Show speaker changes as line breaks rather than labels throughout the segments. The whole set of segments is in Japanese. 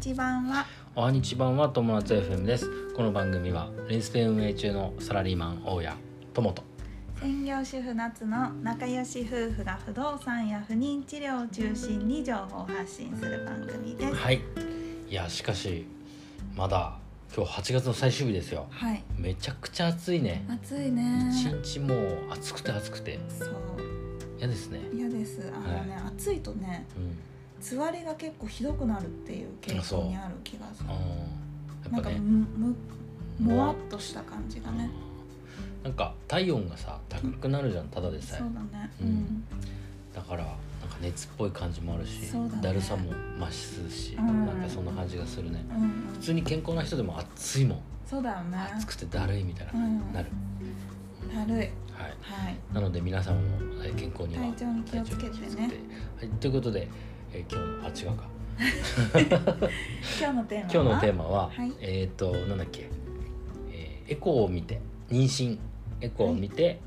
ち版は
おはにちばんは友達 FM ですこの番組はレンスペ運営中のサラリーマン大家友と
専業主婦夏の仲良し夫婦が不動産や不妊治療を中心に情報を発信する番組です。
はいいやしかしまだ今日8月の最終日ですよ
はい。
めちゃくちゃ暑いね
暑いね。
一日もう暑くて暑くて
そう
嫌ですね
嫌です。あのね、暑いとね、
うん
つわりが結構ひどくなるっていう傾向にある気がする。
あー
な
や
ん
っぱ
か
ね
むむもわっとした感じがね。
なんか体温がさ高くなるじゃんただで
そ
さ
う
え
だね。
うんだからなんか熱っぽい感じもあるし
そうだね
だるさも増すし
うん
なんかそんな感じがするね
うん。うん
普通に健康な人でも暑いもん
そうだよね。
暑くてだるいみたいな
う
感じ
ん。
になる、
だるい。
はい
はい。
なので皆様もはい健康には
体調に気をつけてね
体調に気をつけてはい、ということで、えー今日のあ違うか
今日のテーマは。
今日のテーマは、
はい
えっ、となんだっけ、えーエコーを見て妊娠エコーを見て、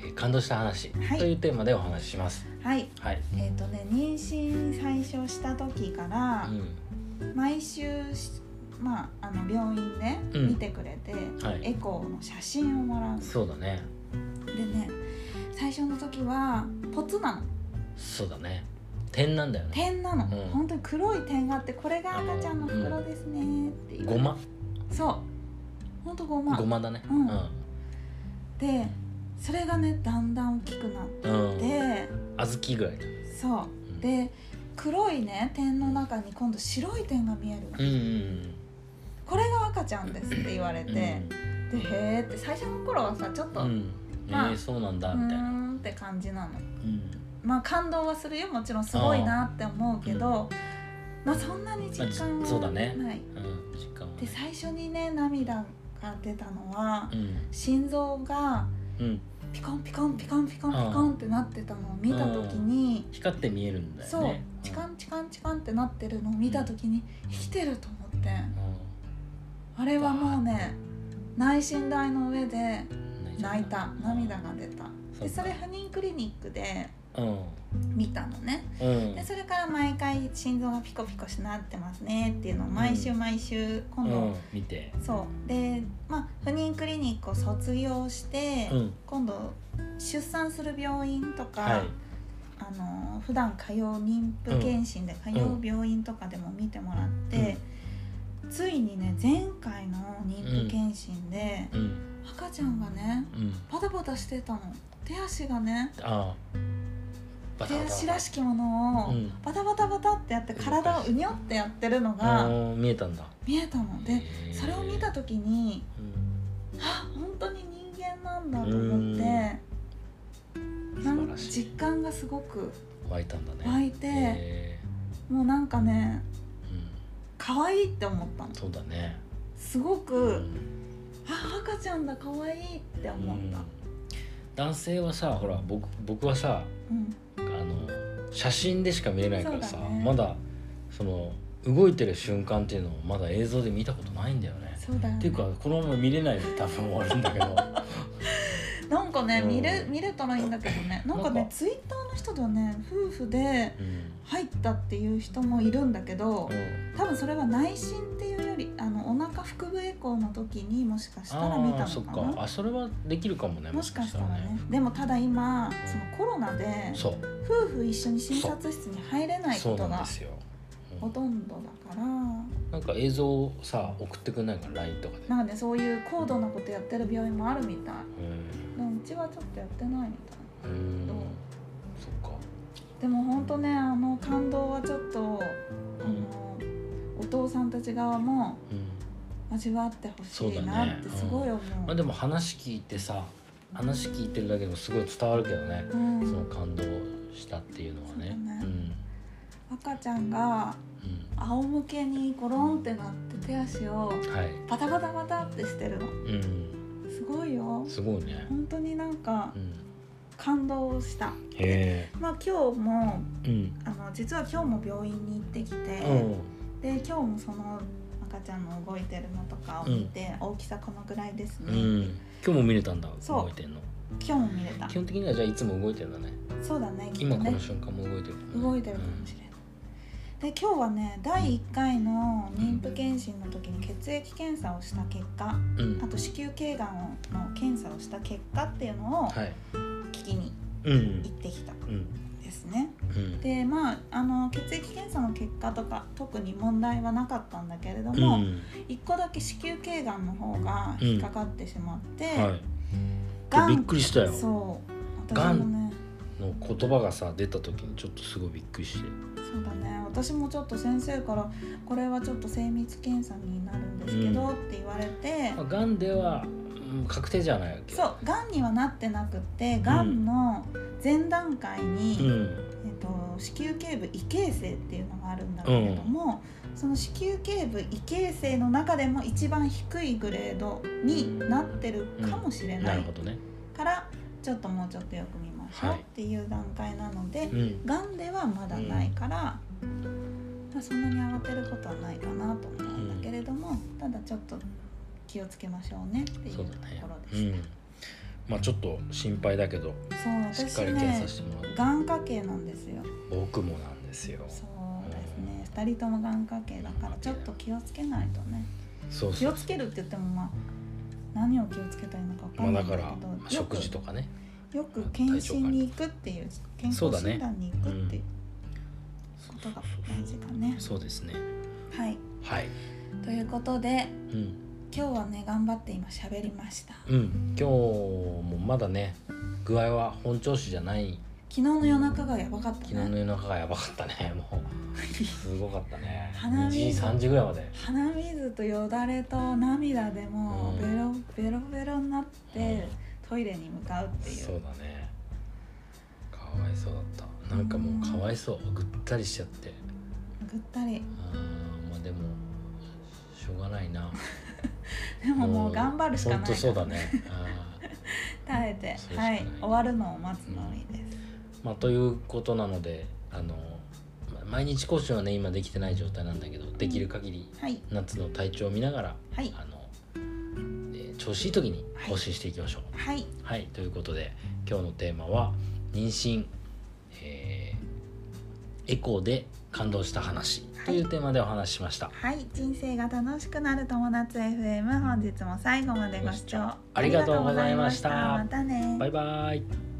えー感動した話
はい
というテーマでお話しします
はい。
はい、
えっ、とね妊娠最初した時から
うん
毎週しまああの病院で
うん
見てくれて、
はい
エコーの写真をもらうんです
そうだね
でね最初の時はポツなの
そうだね点なんだよね
点なの、
うん
本当に黒い点があってこれが赤ちゃんの袋ですねっていう
ごま
そう本当ごま
ごまだね
うんでそれがねだんだん大きくなっ
うん、うん、
て
小豆ぐらいだ
そううんで黒いね点の中に今度白い点が見えるの
うんうん
これが赤ちゃんですって言われ
う
て、
ん
でへえって最初の頃はさちょっと、
う
うーん、
んえ
まあ
ー、そうなんだみたいな、
って感じなの
うん
まあ感動はするよもちろんすごいなって思うけどまあそんなに実感
まあ
は
そうだね
ない、
うん、時間は
で
ね
最初にね涙が出たのは
うん
心臓が
うん、
ピコンピコンピコンピコンピコンってなってたのを見た時に、
光って見えるんだよね
そう
うん
チカンチカンチカンってなってるのを見た時に生きてると思ってあれはもうね内心台の上で
うん
泣いた涙が出た
そ
で
う
そ
か
れ不妊クリニックで
うん
見たのね
うん
でそれから毎回心臓がピコピコしなってますねっていうのを毎週
うん
毎週今
う
度、
ん、見て
そうでまあ不妊クリニックを卒業して、
うん
今度出産する病院とか、
はい
あの普段通う妊婦検診で通う病院とかでも見てもらって、ついにね前回の妊婦検診で、
うん
赤ちゃんがね
うん
パタパタしてたの手足がね
ああバ
手足らしきものを、
うん
バタバタバタってやって体をうにょってやってるのが
うん見えたんだ
見えたので
へえ
それを見た時に
うん
あ本当に人間なんだと思ってな
素
ん
晴
から
し
実
い
感がすごく
湧いたんだね
湧
い
いてもうなんかね可愛いって思ったの
そうだね
すご
う
くあ赤ちゃんだ可愛いって思った
うん男性はさほら僕僕はさ
うん
あの写真でしか見えないから
そ
さ、
うだね
まだその動いてる瞬間っていうのをまだ映像で見たことないんだよね。
そうだよ
っていうか
ね
このまま見れないで多分終わるんだけど
なんかね
うん
見れ見れたらいいんだけどねなんか
なん
ね
か
ツイッターの人ではね夫婦で
うん、
入ったっていう人もいるんだけど
うん、
多分それは内心っていうよりあのお腹腹部エコーの時にもしかしたら見た
あーそ
の
っ
か
か
な
あそれはできるかもね
もしかしたらねでもただ今そのコロナで
そう
夫婦一緒に診察室に入れない
そ
こ
う
と
なん
が
ですよ、う
ほ
ん
とんどだから
なんか映像をさ送ってくんないかな LINE とかで、
なんかねそういう高度なことやってる病院もあるみたい
うん
でもうちはちょっとやってないみたい
うん
どう
そっか
でもほんとねあの感動はちょっとあ
うん
のお父さんたち側も
うん
味わってほしいなってすごい思う
まあでも話聞いてさ話聞いてるだけでもすごい伝わるけどね、
うん
その感動したっていうのはね
そうだね
うん
赤ちゃんが仰向けにゴロンってなって手足を
うんはい
バタバタバタってしてるの
うん
すごいよ
すごいね、
本当になんか
うん、
感動した
へ
まあ今日も
えうん
あの実は今日も病院に行ってきて、
うん
で今日もその赤ちゃんの動いてるのとかを見て、大きさこのぐらいですね、
うん今日も見れたんだ
そう
動いてんの
今日も見れた
基本的にはじゃあいつも動いてるんだね
そうだねきっと
今こ
ね
の瞬間も動いてるかもね、
動いてるかもしれない、で今日はね第1回の妊婦検診の時に血液検査をした結果
うん
あと子宮頸がんの検査をした結果っていうのを
はい
聞きに
うん
行ってきたん
うん
ですね。
うん
でまああの血液検査の結果とか特に問題はなかったんだけれど
うん
も、1個だけ子宮頸がんの方が引っかかってしまって、
はい
が
で
ん
びっくりしたよ
そう私もね
の言葉がさ出た時にちょっとすごいびっくりして
そうだね私もちょっと先生から「これはちょっと精密検査になるんですけど」
う
って言われて、
まあがんでは、うん、確定じゃないわけ
そうがんにはなってなくってがんの前段階に、
うん
えっと子宮頸部異形成っていうのがあるんだけれども、その子宮頸部異形成の中でも一番低いグレードになってるかもしれな、
ないるほどね
からちょっともうちょっとよく見ましょう
はい
っていう段階なので
う、ん
がんではまだないから、まあそんなに慌てることはないかなと思うんだけれども、ただちょっと気をつけましょうねっていう
そ
と
う
こ
だね
ろで
う
す。
んまあちょっと心配だけど
そ
し
う
っ
私
かり検
ね
査してもらって
眼科系なんですよ
僕もなんですよ
そうですね2人とも眼科系だからちょっと気をつけないとね
そう
気
そ
を
う
つけるって言ってもまあ何を気をつけたらいいのか分か
ま
んな
あ
い
だ
ん
か
だけど、
ら
よく
食事とかね
よく検診に行くっていう健
そう
康
だね
診断に行くっていうことが大事かね。
そうですね
はい
はい
ということで
うん
今日はね頑張って今喋りました昨
うん今日もまだね具合は本調子じゃない
日の夜中がやばかった
昨日の
ね
夜中がやばかっ たねもうすごかったね
鼻
2時
水
3時ぐらいまで
鼻水とよだれと涙でもう
う
ベロベロベロになってトイレに向かうってい
そううだねかわいそうだったなんかもうかわいそうぐったりしちゃって
ぐったり
あーまあでもしょうがないな
でも もう頑張るしかない
本当そうだねあー
耐えて
そうしか
は
ない
い終わるのを待つのみです
まあということなのであのま毎日講習はね今できてない状態なんだけどできる限り
はい
夏の体調を見ながら
はい
あの、えー調子いい時に更新していきましょう
はい
はい、ということで今日のテーマは妊娠、えーエコーで感動した話
はい
というテーマでお話ししました、
はい人生が楽しくなる友達 FM 本日も最後までご視聴
ありがとうございました
ありがとうございましたまたね
バイバイ